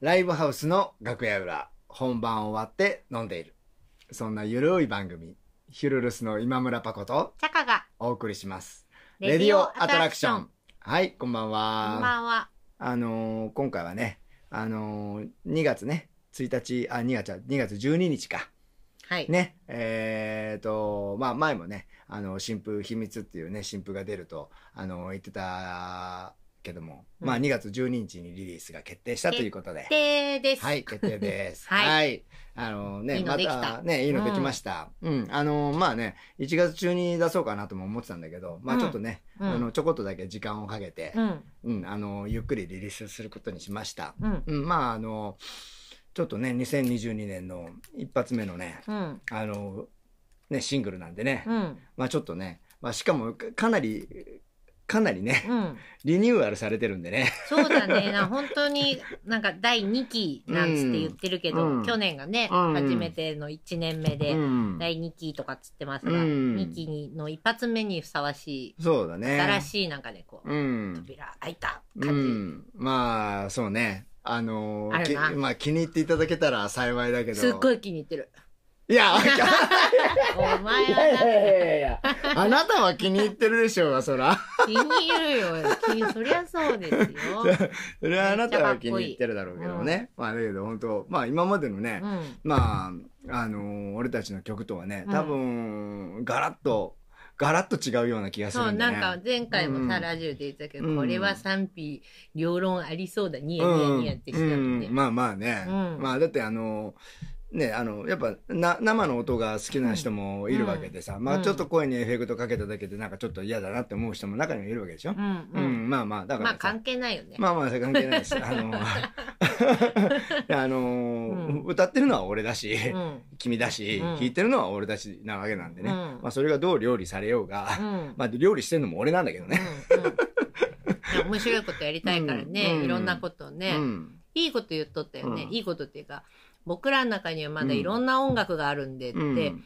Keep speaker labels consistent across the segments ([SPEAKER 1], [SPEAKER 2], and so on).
[SPEAKER 1] ライブハウスの楽屋裏、本番終わって飲んでいる。そんなゆるい番組、ヒュルルスの今村パコと
[SPEAKER 2] チャカが
[SPEAKER 1] お送りします。
[SPEAKER 2] レ
[SPEAKER 1] レ
[SPEAKER 2] デ
[SPEAKER 1] デ
[SPEAKER 2] ィ
[SPEAKER 1] ィ
[SPEAKER 2] オ
[SPEAKER 1] オ
[SPEAKER 2] ア
[SPEAKER 1] ア
[SPEAKER 2] ト
[SPEAKER 1] ト
[SPEAKER 2] ラ
[SPEAKER 1] ラ
[SPEAKER 2] ク
[SPEAKER 1] ク
[SPEAKER 2] シ
[SPEAKER 1] シ
[SPEAKER 2] ョ
[SPEAKER 1] ョ
[SPEAKER 2] ン
[SPEAKER 1] ン。はい、こんばんは。
[SPEAKER 2] こんばんは。
[SPEAKER 1] あのー今回はね、あのー2月ね、1日、あ、2月じゃ、2月12日か。
[SPEAKER 2] はい。
[SPEAKER 1] ね、えーと、まあ前もね、あの、新風秘密っていうね、新風が出ると、あの、言ってたけども、
[SPEAKER 2] うん
[SPEAKER 1] まあ2月12日にリリースが決定したということで。
[SPEAKER 2] でです。
[SPEAKER 1] はい、決定です。
[SPEAKER 2] はい
[SPEAKER 1] あのね、
[SPEAKER 2] いいの
[SPEAKER 1] ま
[SPEAKER 2] できた
[SPEAKER 1] た、ね、いいのできました。うん、あの、まあね、1月中に出そうかなとも思ってたんだけど、まあちょっとね、
[SPEAKER 2] うん
[SPEAKER 1] あの、ちょこっとだけ時間をかけて
[SPEAKER 2] う、ん。
[SPEAKER 1] うん、あの、ゆっくりリリースすることにしました。
[SPEAKER 2] うん。
[SPEAKER 1] うん、まああの、ちょっとね、2022年の一発目のね、
[SPEAKER 2] うん。
[SPEAKER 1] あの、ね、シングルなんでね、
[SPEAKER 2] うん。
[SPEAKER 1] まあちょっとね、まあしかもかかなり、かなりね、
[SPEAKER 2] うん。
[SPEAKER 1] リニューアルされてるんでね。
[SPEAKER 2] そうだ ね。な本当になんか第2期なんつって言ってるけど、
[SPEAKER 1] うん
[SPEAKER 2] 去年がね、
[SPEAKER 1] うん
[SPEAKER 2] 初めての1年目で、
[SPEAKER 1] うん
[SPEAKER 2] 第2期とかつってますが、
[SPEAKER 1] うん
[SPEAKER 2] 2期にの一発目にふさわしい、
[SPEAKER 1] そうだね。
[SPEAKER 2] 新しいなんかね、こう、
[SPEAKER 1] うん。
[SPEAKER 2] 扉開いた
[SPEAKER 1] う
[SPEAKER 2] 感
[SPEAKER 1] ん。まあ、そうね。あの
[SPEAKER 2] あるな
[SPEAKER 1] きまあ気に入っていただけたら幸いだけ
[SPEAKER 2] じ。
[SPEAKER 1] ど。
[SPEAKER 2] すっご
[SPEAKER 1] い。
[SPEAKER 2] い気に入ってる。
[SPEAKER 1] いや、い
[SPEAKER 2] お前
[SPEAKER 1] やい
[SPEAKER 2] は
[SPEAKER 1] やいやいや。あなたは気に入ってるでしょうが、そ ら。
[SPEAKER 2] な気に入るよ。気に、そりゃそうですよ。
[SPEAKER 1] それはあなたは気に入ってるだろうけどね。まあだけど本当、まあ今までのね、
[SPEAKER 2] うん。
[SPEAKER 1] まあ、あのー俺たちの曲とはね、多分、ガラッと、ガラッと違うような気がす
[SPEAKER 2] そ
[SPEAKER 1] る
[SPEAKER 2] う、
[SPEAKER 1] んだ
[SPEAKER 2] な
[SPEAKER 1] ね。
[SPEAKER 2] んか前回もさ、
[SPEAKER 1] うん
[SPEAKER 2] ラジオで言ってたけど、
[SPEAKER 1] うん
[SPEAKER 2] これは賛否両論ありそうだ、ニヤニヤ
[SPEAKER 1] うん
[SPEAKER 2] ニヤってしてたので、
[SPEAKER 1] うんまあまあね。
[SPEAKER 2] うん
[SPEAKER 1] まあだってあのーね、あの、やっぱ、な、生の音が好きな人もいるわけでさ、まあちょっと声にエフェクトかけただけでなんかちょっと嫌だなって思う人も中にはいるわけでしょ
[SPEAKER 2] う。ん
[SPEAKER 1] う、
[SPEAKER 2] うんん。
[SPEAKER 1] まあまあ、だか
[SPEAKER 2] ま
[SPEAKER 1] ら
[SPEAKER 2] あ
[SPEAKER 1] さ
[SPEAKER 2] 関。係ないよね。
[SPEAKER 1] まあまあ、それ関係ないです。あ のーあのー
[SPEAKER 2] うん
[SPEAKER 1] 歌ってるのは俺だし、
[SPEAKER 2] うん。
[SPEAKER 1] 君だし、
[SPEAKER 2] うん
[SPEAKER 1] 弾いてるのは俺だしなわけなんでね。
[SPEAKER 2] うん
[SPEAKER 1] まあそれがどう料理されようが、
[SPEAKER 2] うん。うん。
[SPEAKER 1] まあ、料理してるのも俺なんだけどね。
[SPEAKER 2] うんいや面白いことやりたいからね、
[SPEAKER 1] うん
[SPEAKER 2] いろんなことをね、
[SPEAKER 1] うん。
[SPEAKER 2] いいこと言っとったよね、
[SPEAKER 1] うん
[SPEAKER 2] いいことっていうか、僕らの中にはまだいろんな音楽があるんでって、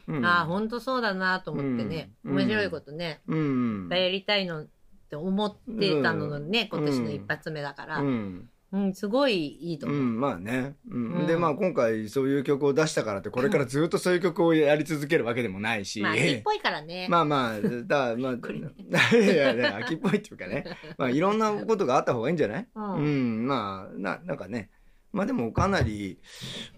[SPEAKER 1] うん
[SPEAKER 2] ああ、ほんとそうだなと思ってね、
[SPEAKER 1] うん
[SPEAKER 2] 面白いことね、
[SPEAKER 1] うん
[SPEAKER 2] いっぱいやりたいのって思ってたのね、
[SPEAKER 1] うん
[SPEAKER 2] 今年の一発目だから、
[SPEAKER 1] うん。
[SPEAKER 2] うん、すごいいいと
[SPEAKER 1] う
[SPEAKER 2] 思う。
[SPEAKER 1] ん、まあね。うん
[SPEAKER 2] うん
[SPEAKER 1] で、まあ今回そういう曲を出したからって、これからずっとそういう曲をやり続けるわけでもないし。
[SPEAKER 2] まあ、秋っぽいからね。
[SPEAKER 1] まあまあ、だ、まあ、
[SPEAKER 2] くりね
[SPEAKER 1] いやいや、秋っぽいっていうかね。まあいろんなことがあった方がいいんじゃない
[SPEAKER 2] うん
[SPEAKER 1] うん、まあ、な、なんかね。まあでもかなり、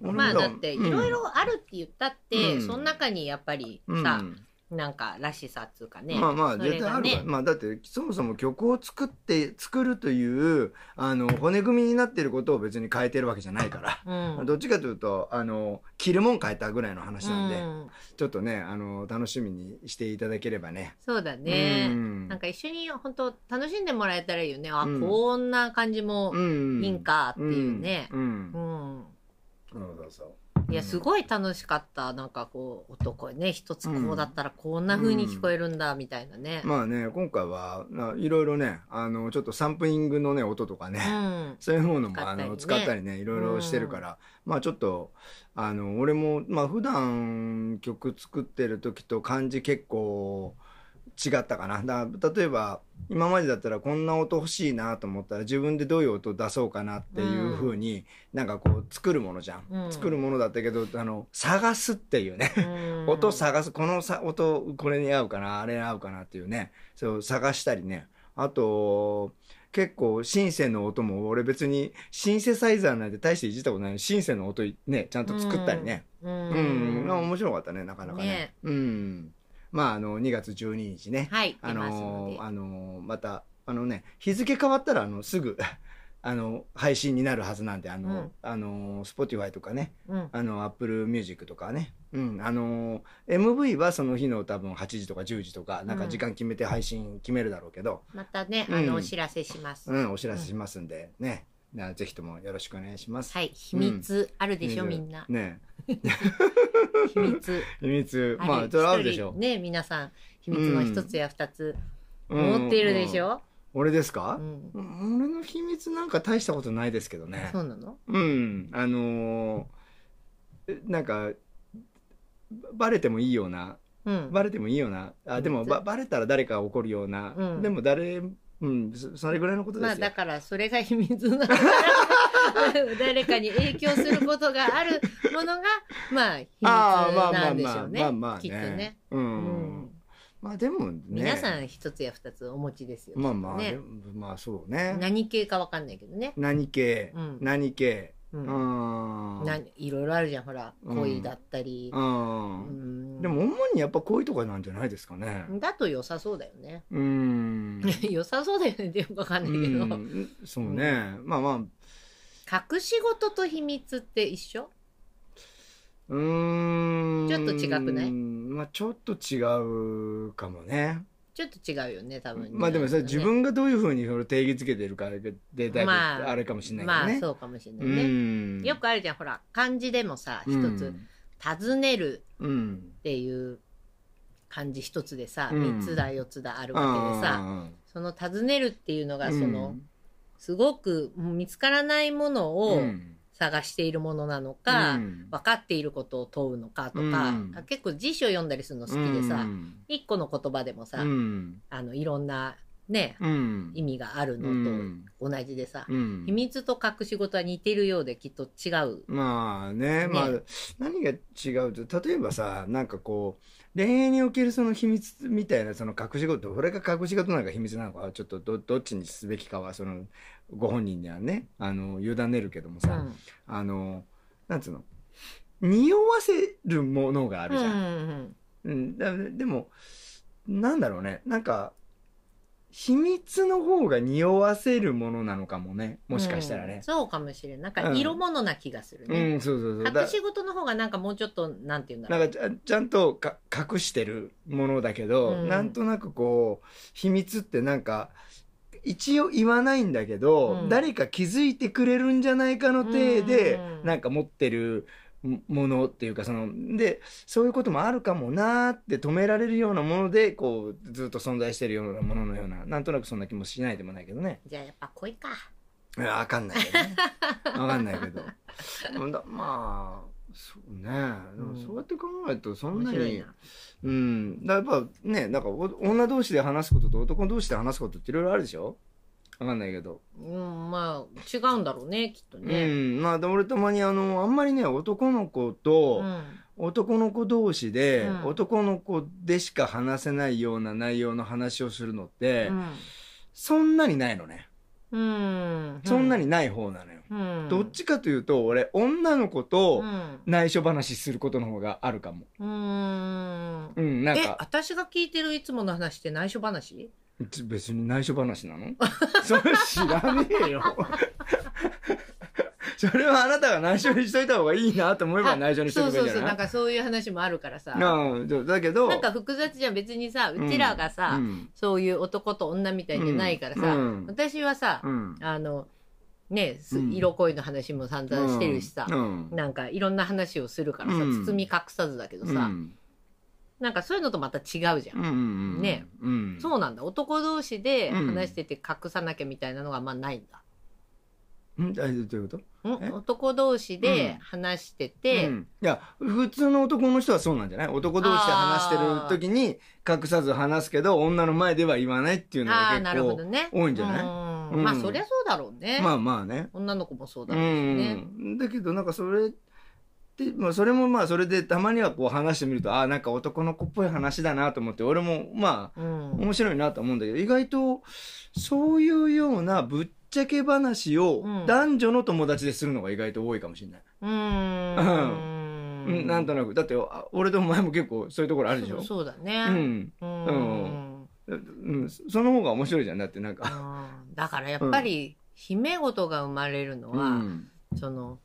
[SPEAKER 1] 俺も
[SPEAKER 2] まあ、だって、い
[SPEAKER 1] うん
[SPEAKER 2] ろいろあるって言ったっ
[SPEAKER 1] う
[SPEAKER 2] て、
[SPEAKER 1] ん
[SPEAKER 2] その中にやっぱり
[SPEAKER 1] うん
[SPEAKER 2] さ、なんからしさっつうかね。
[SPEAKER 1] まあまあ
[SPEAKER 2] それ
[SPEAKER 1] 絶対あ
[SPEAKER 2] が
[SPEAKER 1] るわ、
[SPEAKER 2] ね。
[SPEAKER 1] まあだってそもそも曲を作って作るというあの骨組みになってることを別に変えてるわけじゃないから、
[SPEAKER 2] うん。
[SPEAKER 1] どっちかというとあの着るもん変えたぐらいの話なんで、
[SPEAKER 2] うん
[SPEAKER 1] ちょっとねあの楽しみにしていただければね。
[SPEAKER 2] そうだ
[SPEAKER 1] う
[SPEAKER 2] ね。
[SPEAKER 1] ん
[SPEAKER 2] なんか一緒に本当楽しんでもらえたらいいよね。あ、
[SPEAKER 1] うん
[SPEAKER 2] こんな感じも
[SPEAKER 1] うん
[SPEAKER 2] いいんかっていうね。
[SPEAKER 1] うんうん
[SPEAKER 2] うん。
[SPEAKER 1] そうそうそう
[SPEAKER 2] いや、
[SPEAKER 1] うん
[SPEAKER 2] すごい楽しかった。なんかこう、男ね、一つこうだったらこんな風に聞こえるんだ、みたいなね。
[SPEAKER 1] まあね今回はないろいろねあのちょっとサンプリングのね音とかね、
[SPEAKER 2] うん。
[SPEAKER 1] そういうものも
[SPEAKER 2] 使った
[SPEAKER 1] あ
[SPEAKER 2] りね
[SPEAKER 1] の使ったりねいろいろしてるから、まあちょっとあの俺もまあ普段曲作ってる時と感じ結構違ったかなだから例えば今までだったらこんな音欲しいなと思ったら自分でどういう音出そうかなっていうふうに、なんかこう作るものじゃん、
[SPEAKER 2] うん
[SPEAKER 1] 作るものだったけどあの探すっていうね
[SPEAKER 2] うん
[SPEAKER 1] 音探すこのさ音これに合うかなあれに合うかなっていうねそう探したりねあと結構シンセの音も俺別にシンセサイザーなんて大していじったことないのにシンセの音ねちゃんと作ったりね
[SPEAKER 2] う
[SPEAKER 1] うんん、面白かったねなかなかね
[SPEAKER 2] ね
[SPEAKER 1] うんまああの2月12日ね
[SPEAKER 2] はい、
[SPEAKER 1] あ
[SPEAKER 2] 出ますの
[SPEAKER 1] の
[SPEAKER 2] で。
[SPEAKER 1] あのまたあのね日付変わったらあのすぐ あの配信になるはずなんであの、
[SPEAKER 2] うん
[SPEAKER 1] あの Spotify とかね
[SPEAKER 2] うん。
[SPEAKER 1] あの、Apple Music とかね。うん。あのー MV はその日の多分8時とか10時とか、なんか時間決めて配信決めるだろうけど、
[SPEAKER 2] またね、
[SPEAKER 1] うん
[SPEAKER 2] あの、お知らせします。
[SPEAKER 1] うん、お知らせしますんで、ね。なぜひともよろしくお願いします。
[SPEAKER 2] はい、秘密あるでしょ、
[SPEAKER 1] うん
[SPEAKER 2] みんな。
[SPEAKER 1] ね
[SPEAKER 2] 秘密。
[SPEAKER 1] 秘密、
[SPEAKER 2] ある
[SPEAKER 1] まあ、それはあるでしょ
[SPEAKER 2] 一人ね、皆さん、秘密の一つや二つ
[SPEAKER 1] う。
[SPEAKER 2] 持っているでし
[SPEAKER 1] うん
[SPEAKER 2] ょ
[SPEAKER 1] 俺です
[SPEAKER 2] う
[SPEAKER 1] か、
[SPEAKER 2] ん。
[SPEAKER 1] 俺の秘密なんか大したことないですけどね。
[SPEAKER 2] そうなの
[SPEAKER 1] うん。あのーなんか、バレてもいいような
[SPEAKER 2] う ん。
[SPEAKER 1] バレてもいいよな。あ、でもば、バレたら誰か怒るような。
[SPEAKER 2] うん
[SPEAKER 1] でも誰、うん、そそれぐらいのことで
[SPEAKER 2] ますあ、
[SPEAKER 1] よ。
[SPEAKER 2] だから、それが秘密なの。誰かに影響することがあるものが、まあ、秘密
[SPEAKER 1] ああまあま
[SPEAKER 2] な
[SPEAKER 1] あ
[SPEAKER 2] んでし
[SPEAKER 1] まあ
[SPEAKER 2] ょう
[SPEAKER 1] まあ
[SPEAKER 2] ね。
[SPEAKER 1] まあ
[SPEAKER 2] きっとね。
[SPEAKER 1] うん、
[SPEAKER 2] うん
[SPEAKER 1] まあでもね
[SPEAKER 2] 皆さん一つや二つお持ちですよ
[SPEAKER 1] まあまあ、
[SPEAKER 2] ね
[SPEAKER 1] でもまあそうね
[SPEAKER 2] 何系かわかんないけどね。
[SPEAKER 1] 何系、
[SPEAKER 2] うん
[SPEAKER 1] 何系
[SPEAKER 2] う。
[SPEAKER 1] うんん
[SPEAKER 2] な、いろいろあるじゃん、ほら、
[SPEAKER 1] うん
[SPEAKER 2] 恋だったり。
[SPEAKER 1] うん
[SPEAKER 2] うん
[SPEAKER 1] でも主にやっぱ恋とかなんじゃないですかね
[SPEAKER 2] だと良さそうだよね。
[SPEAKER 1] うん
[SPEAKER 2] 良さそうだよねってよくわかん
[SPEAKER 1] う
[SPEAKER 2] ないけど。
[SPEAKER 1] んそうね、まあまあ
[SPEAKER 2] 隠し事と秘密って一緒
[SPEAKER 1] うーん
[SPEAKER 2] ちょっと違くない
[SPEAKER 1] まあちょっと違うかもね
[SPEAKER 2] ちょっと違うよね、多分。
[SPEAKER 1] まあでもそれ自分がどういうふうにそれを定義づけてるかあれでだいぶ
[SPEAKER 2] まあ
[SPEAKER 1] あれかもしれない
[SPEAKER 2] まあ
[SPEAKER 1] けどね、
[SPEAKER 2] そうかもしれな
[SPEAKER 1] う
[SPEAKER 2] いね。
[SPEAKER 1] ん
[SPEAKER 2] よくあるじゃん、ほら、漢字でもさ、一つ、尋ねる
[SPEAKER 1] うん、うん
[SPEAKER 2] っていう漢字一つでさ、
[SPEAKER 1] うん
[SPEAKER 2] 三つだ四つだあるわけでさ、
[SPEAKER 1] あ
[SPEAKER 2] その尋ねるっていうの
[SPEAKER 1] ー
[SPEAKER 2] が、その、すごく見つからないもの
[SPEAKER 1] う
[SPEAKER 2] を
[SPEAKER 1] ん
[SPEAKER 2] 探しているものなのか、
[SPEAKER 1] うん
[SPEAKER 2] 分かっていることを問うのかとか、
[SPEAKER 1] うん
[SPEAKER 2] 結構辞書読んだりするの好きでさ、
[SPEAKER 1] うん
[SPEAKER 2] 一個の言葉でもさ、
[SPEAKER 1] うん
[SPEAKER 2] あのいろんなね、
[SPEAKER 1] うん
[SPEAKER 2] 意味がある
[SPEAKER 1] う
[SPEAKER 2] の
[SPEAKER 1] ん
[SPEAKER 2] と同じでさ、
[SPEAKER 1] うん
[SPEAKER 2] 秘密と隠し事は似てるようできっと違う。
[SPEAKER 1] まあね
[SPEAKER 2] ね
[SPEAKER 1] まあ何が違うと例えばさなんかこう恋愛におけるその秘密みたいなその隠し事これが隠し事なのか秘密なのかはちょっとどどっちにすべきかはそのご本人にはねあの委ねるけどもさ、
[SPEAKER 2] うん
[SPEAKER 1] あのなんつうの匂わせるものがあるじゃん。
[SPEAKER 2] うん
[SPEAKER 1] うん、だでもなんだろうねなんか秘密の方が匂わせるものなのかもねもしかしたら
[SPEAKER 2] うん
[SPEAKER 1] ね。
[SPEAKER 2] そうかもしれない。なんか色物な気がする
[SPEAKER 1] うん、
[SPEAKER 2] ね。
[SPEAKER 1] そうそうそうだ
[SPEAKER 2] 隠し事の方がなんかもうちょっと、なんていうんだろう。
[SPEAKER 1] なんかちゃちゃんとか隠してるものだけど、
[SPEAKER 2] うん
[SPEAKER 1] なんとなくこう秘密ってなんか一応言わないんだけど、
[SPEAKER 2] うん
[SPEAKER 1] 誰か気づいてくれるんじゃないかの体で、
[SPEAKER 2] うん
[SPEAKER 1] なんか持ってるもものっていうかそのでそういうこともあるかもなーって止められるようなものでこうずっと存在してるようなもののようななんとなくそんな気もしないでもないけどね。
[SPEAKER 2] じゃあやっぱ恋か。
[SPEAKER 1] いやわかんないけどね。わかんないけど。 うんだまあ、そうね。でもそうやって考えると、そん
[SPEAKER 2] 面
[SPEAKER 1] な
[SPEAKER 2] 白い
[SPEAKER 1] に。
[SPEAKER 2] な。
[SPEAKER 1] うん。だからやっぱね、なんかお女同士で話すことと男同士で話すことっていろいろあるでしょわかんないけど。
[SPEAKER 2] うん、まあ違うんだろうね、きっと
[SPEAKER 1] う
[SPEAKER 2] ね。
[SPEAKER 1] ん。まあ、で俺たまにあの、あんまりね、男の子と、
[SPEAKER 2] うん
[SPEAKER 1] 男の子同士で、
[SPEAKER 2] うん
[SPEAKER 1] 男の子でしか話せないような内容の話をするのって、そんなにないのね。
[SPEAKER 2] うん。う
[SPEAKER 1] そんなに、ない方なのよ。
[SPEAKER 2] うん
[SPEAKER 1] どっちかというと、俺、女の子と、
[SPEAKER 2] うん。
[SPEAKER 1] 内緒話することの方があるかも。
[SPEAKER 2] うん。
[SPEAKER 1] うん、なん
[SPEAKER 2] え、
[SPEAKER 1] か、
[SPEAKER 2] 私が聞いてるいつもの話って内緒話
[SPEAKER 1] ち別に内緒話なの それ知らねえよ。 それはあなたが内緒にしといた方がいいなと思えば
[SPEAKER 2] あ
[SPEAKER 1] 内緒にしと
[SPEAKER 2] そ
[SPEAKER 1] け
[SPEAKER 2] う
[SPEAKER 1] ばいいんじ
[SPEAKER 2] そうそう、
[SPEAKER 1] ゃな
[SPEAKER 2] ないんかそういう話もあるからさ。
[SPEAKER 1] うんだだけど、
[SPEAKER 2] なんか複雑じゃん、別にさ、
[SPEAKER 1] うん
[SPEAKER 2] うちらがさ、
[SPEAKER 1] うん
[SPEAKER 2] そういう男と女みたいじゃないからさ、
[SPEAKER 1] うん
[SPEAKER 2] 私はさ、
[SPEAKER 1] うん
[SPEAKER 2] あの、ね、す
[SPEAKER 1] うん
[SPEAKER 2] 色恋の話も散々してるしさ、
[SPEAKER 1] うん
[SPEAKER 2] なんかいろんな話をするからさ、
[SPEAKER 1] うん
[SPEAKER 2] 包み隠さずだけどさ、
[SPEAKER 1] うん
[SPEAKER 2] なんかそういうのとまた違うじゃん。
[SPEAKER 1] うんうん
[SPEAKER 2] ね
[SPEAKER 1] うん、
[SPEAKER 2] そうなんだ。男同士で話してて隠さなきゃみたいなのがまあないんだ。
[SPEAKER 1] うんあどういうことえ
[SPEAKER 2] ん男同士で話してて、
[SPEAKER 1] うんいや普通の男の人はそうなんじゃない男同士で話してる時に隠さず話すけど女の前では言わないっていうの
[SPEAKER 2] あ
[SPEAKER 1] が
[SPEAKER 2] あ、なるほど
[SPEAKER 1] 結
[SPEAKER 2] ね。
[SPEAKER 1] 多いんじゃない
[SPEAKER 2] うん
[SPEAKER 1] うん
[SPEAKER 2] まあそりゃそうだろうね。
[SPEAKER 1] 構まあまあね
[SPEAKER 2] 女の子もそうだ
[SPEAKER 1] う
[SPEAKER 2] ろうしね。
[SPEAKER 1] ん、だけどなんかそれって、まあ、それもまあそれでたまにはこう話してみるとああんか男の子っぽい話だなと思って俺もま
[SPEAKER 2] う
[SPEAKER 1] あ
[SPEAKER 2] ん。
[SPEAKER 1] 面白いなと思うんだけど意外とそういうようなぶっちゃけ話を
[SPEAKER 2] うん
[SPEAKER 1] 男女の友達でするのが意外と多いかもしれない、
[SPEAKER 2] うー
[SPEAKER 1] うん
[SPEAKER 2] ん。
[SPEAKER 1] なんとなくだってあ俺とお前も結構そういうところあるでしょ
[SPEAKER 2] そう
[SPEAKER 1] う
[SPEAKER 2] そうだね。
[SPEAKER 1] ん、
[SPEAKER 2] う。
[SPEAKER 1] うんうん、その方が面白いじゃんだってなんか、
[SPEAKER 2] うんだからやっぱり、秘め事が生まれるの
[SPEAKER 1] う
[SPEAKER 2] は、
[SPEAKER 1] ん
[SPEAKER 2] その、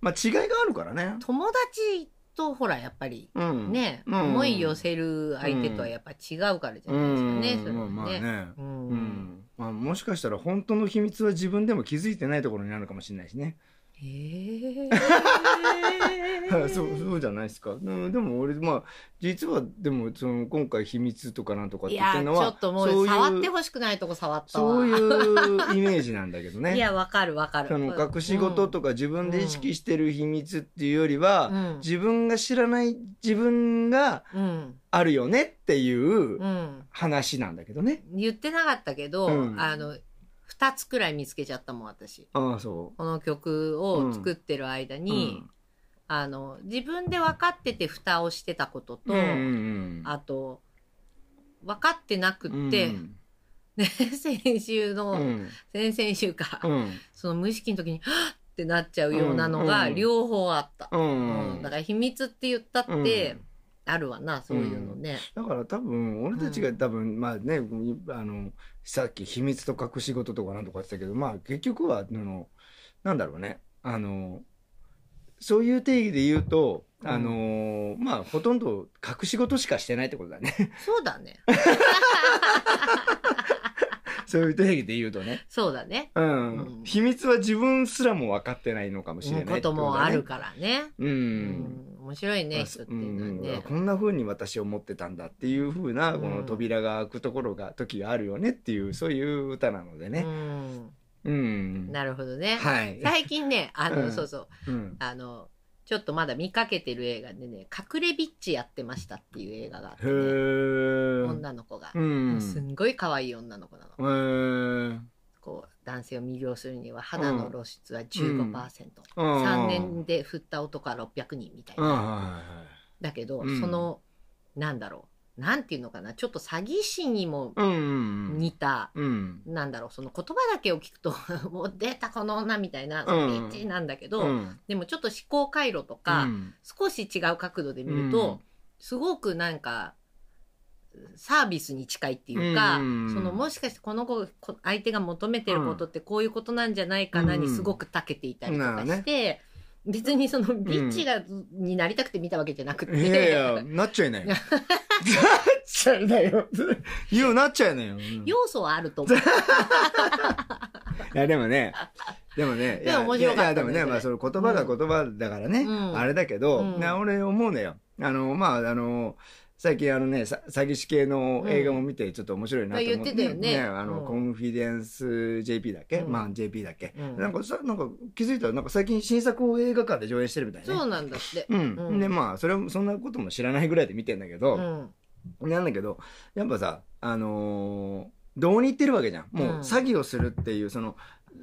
[SPEAKER 1] まあ違いがあるからね、
[SPEAKER 2] 友達とほら、やっぱり、
[SPEAKER 1] うん、
[SPEAKER 2] ね、
[SPEAKER 1] うん
[SPEAKER 2] 思い寄せる相手とはやっぱ違うからじゃ
[SPEAKER 1] う
[SPEAKER 2] ないですか
[SPEAKER 1] ん
[SPEAKER 2] ね、それ
[SPEAKER 1] まあ
[SPEAKER 2] は
[SPEAKER 1] まあ
[SPEAKER 2] ね。
[SPEAKER 1] ね
[SPEAKER 2] うん
[SPEAKER 1] うんまあ、もしかしたら本当の秘密は自分でも気づいてないところになるかもしれないしね。
[SPEAKER 2] へえ
[SPEAKER 1] そうそうじゃないですか。うん、でも俺まあ実はでもその今回秘密とかなんとかっ
[SPEAKER 2] い
[SPEAKER 1] て言っ
[SPEAKER 2] や
[SPEAKER 1] て
[SPEAKER 2] ち
[SPEAKER 1] るの
[SPEAKER 2] ょ
[SPEAKER 1] は
[SPEAKER 2] っとも
[SPEAKER 1] そう
[SPEAKER 2] う
[SPEAKER 1] いう
[SPEAKER 2] 触ってほしくないとこ触ったわ
[SPEAKER 1] そういうイメージなんだけどね。
[SPEAKER 2] いやわかるわかる
[SPEAKER 1] その隠し事とか自分で意識してる秘密っていうよりは、
[SPEAKER 2] うん
[SPEAKER 1] 自分が知らない自分が
[SPEAKER 2] うん
[SPEAKER 1] あるよねっていう
[SPEAKER 2] うん
[SPEAKER 1] 話なんだけどね。
[SPEAKER 2] 言ってなかったけど、
[SPEAKER 1] うん
[SPEAKER 2] あの、 2つくらい見つけちゃったもん私
[SPEAKER 1] ああそ
[SPEAKER 2] この曲を作ってる間
[SPEAKER 1] う。
[SPEAKER 2] に、あの自分で分かってて蓋をしてたこと
[SPEAKER 1] う
[SPEAKER 2] と、
[SPEAKER 1] ん、うん
[SPEAKER 2] あと分かってなく
[SPEAKER 1] うん
[SPEAKER 2] って、
[SPEAKER 1] うん
[SPEAKER 2] ね、 先週
[SPEAKER 1] う
[SPEAKER 2] の、
[SPEAKER 1] ん
[SPEAKER 2] 先々週か、
[SPEAKER 1] うん
[SPEAKER 2] その無意識の時に「はっ!」ってなっちゃうようなのが
[SPEAKER 1] うん
[SPEAKER 2] 両方あった、
[SPEAKER 1] う
[SPEAKER 2] うんんだから秘密って言ったってあるわな、そういうのね。
[SPEAKER 1] だから多分俺たちが多分、まあねあのさっき秘密と隠し事とかなんとか言ってたけどまあ結局はあのなんだろうねあのそういう定義で言うと、
[SPEAKER 2] うん
[SPEAKER 1] あのまあほとんど隠し事しかしてないってことだ ね
[SPEAKER 2] そうだね。
[SPEAKER 1] そういう定義で言うとね、
[SPEAKER 2] そうだね。
[SPEAKER 1] うん
[SPEAKER 2] うん
[SPEAKER 1] 秘密は自分すらも分かってないのかもしれないって
[SPEAKER 2] こ
[SPEAKER 1] だ
[SPEAKER 2] と
[SPEAKER 1] ね
[SPEAKER 2] もあるからね。
[SPEAKER 1] う、
[SPEAKER 2] うんん、面白いね、
[SPEAKER 1] あ
[SPEAKER 2] 人
[SPEAKER 1] そ
[SPEAKER 2] っていう
[SPEAKER 1] うん
[SPEAKER 2] の
[SPEAKER 1] う
[SPEAKER 2] は
[SPEAKER 1] ん
[SPEAKER 2] ね。
[SPEAKER 1] こんな風に私を思ってたんだっていう風な
[SPEAKER 2] うん
[SPEAKER 1] この扉が開くところが時があるよねっていうそういう歌なのでね。うん、
[SPEAKER 2] うん、なるほどね。
[SPEAKER 1] はい。
[SPEAKER 2] 最近ね、あの、
[SPEAKER 1] うん
[SPEAKER 2] そうそ
[SPEAKER 1] う
[SPEAKER 2] う、
[SPEAKER 1] ん、
[SPEAKER 2] あの、ちょっとまだ見かけてる映画でね、隠れビッチやってましたっていう映画があって、
[SPEAKER 1] へえ。
[SPEAKER 2] ね、女の子が、
[SPEAKER 1] う
[SPEAKER 2] も
[SPEAKER 1] ん
[SPEAKER 2] う。すんごい可愛い女の子なの。
[SPEAKER 1] へー
[SPEAKER 2] こう、男性を魅了するには肌の露出は
[SPEAKER 1] うん
[SPEAKER 2] 15%。
[SPEAKER 1] うん
[SPEAKER 2] 3年で振った男は600人みたい
[SPEAKER 1] うん
[SPEAKER 2] な。
[SPEAKER 1] は
[SPEAKER 2] だけど、
[SPEAKER 1] うん
[SPEAKER 2] その、なんだろう、なんていうのかな、ちょっと詐欺師にも
[SPEAKER 1] いはいはい。うん。
[SPEAKER 2] 似た、
[SPEAKER 1] うん。
[SPEAKER 2] なんだろう、その言葉だけを聞くと、 もう出たこの女みたいな、
[SPEAKER 1] うん
[SPEAKER 2] ビッチなんだけど、
[SPEAKER 1] うん
[SPEAKER 2] でもちょっと思考回路とか、少し違う角度で見ると、
[SPEAKER 1] うん
[SPEAKER 2] すごくなんか、サービスに近いっていうか、
[SPEAKER 1] うん
[SPEAKER 2] そのもしかしてこの子こ相手が求めてることってこういうことなんじゃないかなに
[SPEAKER 1] うん
[SPEAKER 2] すごく長けていたりと
[SPEAKER 1] なる
[SPEAKER 2] か
[SPEAKER 1] ほどね
[SPEAKER 2] して、別にそのビッチが、になりたくて見たわけじゃなくて、
[SPEAKER 1] いやいや、なっちゃいないよ。な っちゃいないよ。 言うなっちゃいないよ。うんい
[SPEAKER 2] 要素はあると 思う。
[SPEAKER 1] や、でもね、でもね、いや
[SPEAKER 2] でも面白か
[SPEAKER 1] いやいや
[SPEAKER 2] ったね
[SPEAKER 1] でも
[SPEAKER 2] そ
[SPEAKER 1] ね、
[SPEAKER 2] れ
[SPEAKER 1] まあ、それ言葉が言葉だからね、
[SPEAKER 2] うん
[SPEAKER 1] あれだけど、
[SPEAKER 2] うん
[SPEAKER 1] な俺思うのよ。あの、まあ、あの、最近あのね、さ詐欺師系の映画も見て、ちょっと面白いなと思
[SPEAKER 2] 言ってたよね
[SPEAKER 1] あの、
[SPEAKER 2] うん
[SPEAKER 1] コンフィデンス JP だっけ、
[SPEAKER 2] うん
[SPEAKER 1] まあ、JP だっけ、
[SPEAKER 2] うん
[SPEAKER 1] なんかさ、なんか気づいたら、なんか最近新作を映画館で上映してるみたいね。
[SPEAKER 2] そうなんだって。
[SPEAKER 1] うん。
[SPEAKER 2] うん
[SPEAKER 1] で、まあ、それも、そんなことも知らないぐらいで見てんだけど、
[SPEAKER 2] うん。
[SPEAKER 1] なんだけど、やっぱさ、あのーどうに言ってるわけじゃん。もう
[SPEAKER 2] うん
[SPEAKER 1] 詐欺をするっていう、その、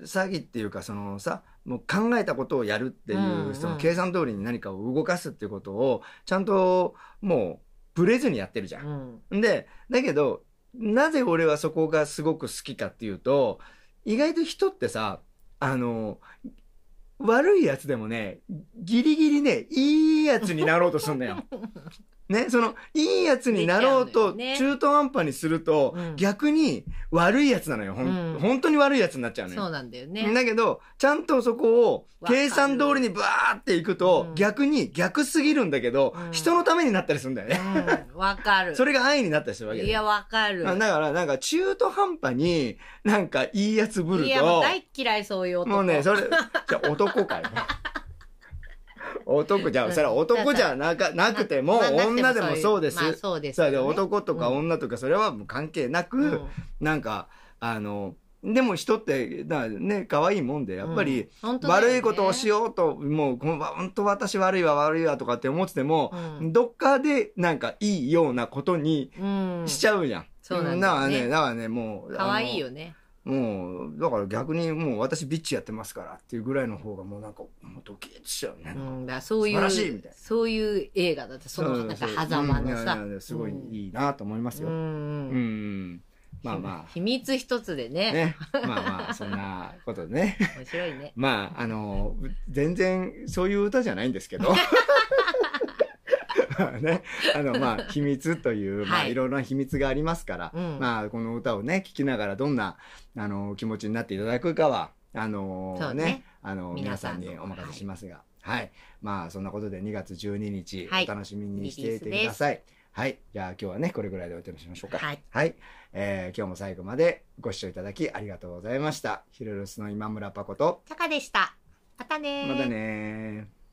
[SPEAKER 1] 詐欺っていうか、そのさ、もう考えたことをやるっていう、
[SPEAKER 2] うんうん
[SPEAKER 1] その計算通りに何かを動かすっていうことを、ちゃんと、もう、ブレずにやってるじゃ。
[SPEAKER 2] うんん。
[SPEAKER 1] で、だけど、なぜ俺はそこがすごく好きかっていうと、意外と人ってさ、あのー悪いやつでもね、ギリギリね、いいやつになろうとすん だよ。ね、その、いいやつになろうと、
[SPEAKER 2] できちゃうのよね
[SPEAKER 1] 中途半端にすると、
[SPEAKER 2] うん
[SPEAKER 1] 逆に悪いやつなのよ。ほん、
[SPEAKER 2] うん
[SPEAKER 1] 本当に悪いやつになっちゃうの
[SPEAKER 2] そう
[SPEAKER 1] よ。
[SPEAKER 2] なんだよね。
[SPEAKER 1] だけど、ちゃんとそこを
[SPEAKER 2] わかる
[SPEAKER 1] 計算通りにバーっていくと、
[SPEAKER 2] うん
[SPEAKER 1] 逆に逆すぎるんだけど、
[SPEAKER 2] うん
[SPEAKER 1] 人のためになったりするんだよね。
[SPEAKER 2] うん。わかる。
[SPEAKER 1] それが愛になったりするわけ
[SPEAKER 2] いや、わかる。
[SPEAKER 1] だから、なんか中途半端に、なんかいいやつぶる
[SPEAKER 2] い
[SPEAKER 1] と、
[SPEAKER 2] や、もう大っ嫌いそういう男。
[SPEAKER 1] もうね、それ、じゃあ男かよ。男じゃあ、それは男じゃなかなくても、
[SPEAKER 2] まあなくて
[SPEAKER 1] 女でもそうです。
[SPEAKER 2] まあ、そうです
[SPEAKER 1] そ
[SPEAKER 2] よ
[SPEAKER 1] うで
[SPEAKER 2] ね、
[SPEAKER 1] 男とか
[SPEAKER 2] うん
[SPEAKER 1] 女とかそれはもう関係なく、
[SPEAKER 2] うん
[SPEAKER 1] なんかあのでも人ってだね可愛いもんでやっぱり、、
[SPEAKER 2] 本当だよね
[SPEAKER 1] 悪いことをしようと、もうこの本当私悪いわ悪いわとかって思ってても
[SPEAKER 2] う、ん、
[SPEAKER 1] どっかでなんかいいようなことに
[SPEAKER 2] うん、
[SPEAKER 1] しちゃうじゃん。
[SPEAKER 2] そうなんだ
[SPEAKER 1] だから
[SPEAKER 2] よね
[SPEAKER 1] ねだからねもう
[SPEAKER 2] 可愛い
[SPEAKER 1] よ
[SPEAKER 2] よね
[SPEAKER 1] もうだから逆にもう私ビッチやってますからっていうぐらいの方がもうなんかもうドキッとしちゃうね。
[SPEAKER 2] うんだからそういう
[SPEAKER 1] 素晴らしいみたいな
[SPEAKER 2] そういう映画だってそのなんか狭
[SPEAKER 1] う
[SPEAKER 2] 間のさ、
[SPEAKER 1] んいやいやすごいいいなと思います
[SPEAKER 2] う
[SPEAKER 1] よ。
[SPEAKER 2] ん
[SPEAKER 1] う、ん、まあまあ。
[SPEAKER 2] 秘密一つでね
[SPEAKER 1] ね、まあまあそんなことでね
[SPEAKER 2] 面白いね
[SPEAKER 1] まああの全然そういう歌じゃないんです けどまあねあのまあ秘密という、まあ
[SPEAKER 2] はい
[SPEAKER 1] いろいろな秘密がありますから、
[SPEAKER 2] うん
[SPEAKER 1] まあこの歌をね聴きながらどんなあの気持ちになっていただくかはあの
[SPEAKER 2] そう
[SPEAKER 1] ね
[SPEAKER 2] ね
[SPEAKER 1] あの皆
[SPEAKER 2] 皆
[SPEAKER 1] さ
[SPEAKER 2] さ
[SPEAKER 1] ん
[SPEAKER 2] んの
[SPEAKER 1] にお任せしますがはい、まあそんなことで2月12日、
[SPEAKER 2] はい
[SPEAKER 1] お楽しみにし
[SPEAKER 2] リ
[SPEAKER 1] ていて
[SPEAKER 2] リースです
[SPEAKER 1] くださいはいじゃあ今日はねこれぐらいでお楽しみましょうか
[SPEAKER 2] はい
[SPEAKER 1] はいえー今日も最後までご視聴いただきありがとうございました。ヒルルスの今村パコと、
[SPEAKER 2] タカでしたまたねー
[SPEAKER 1] またねー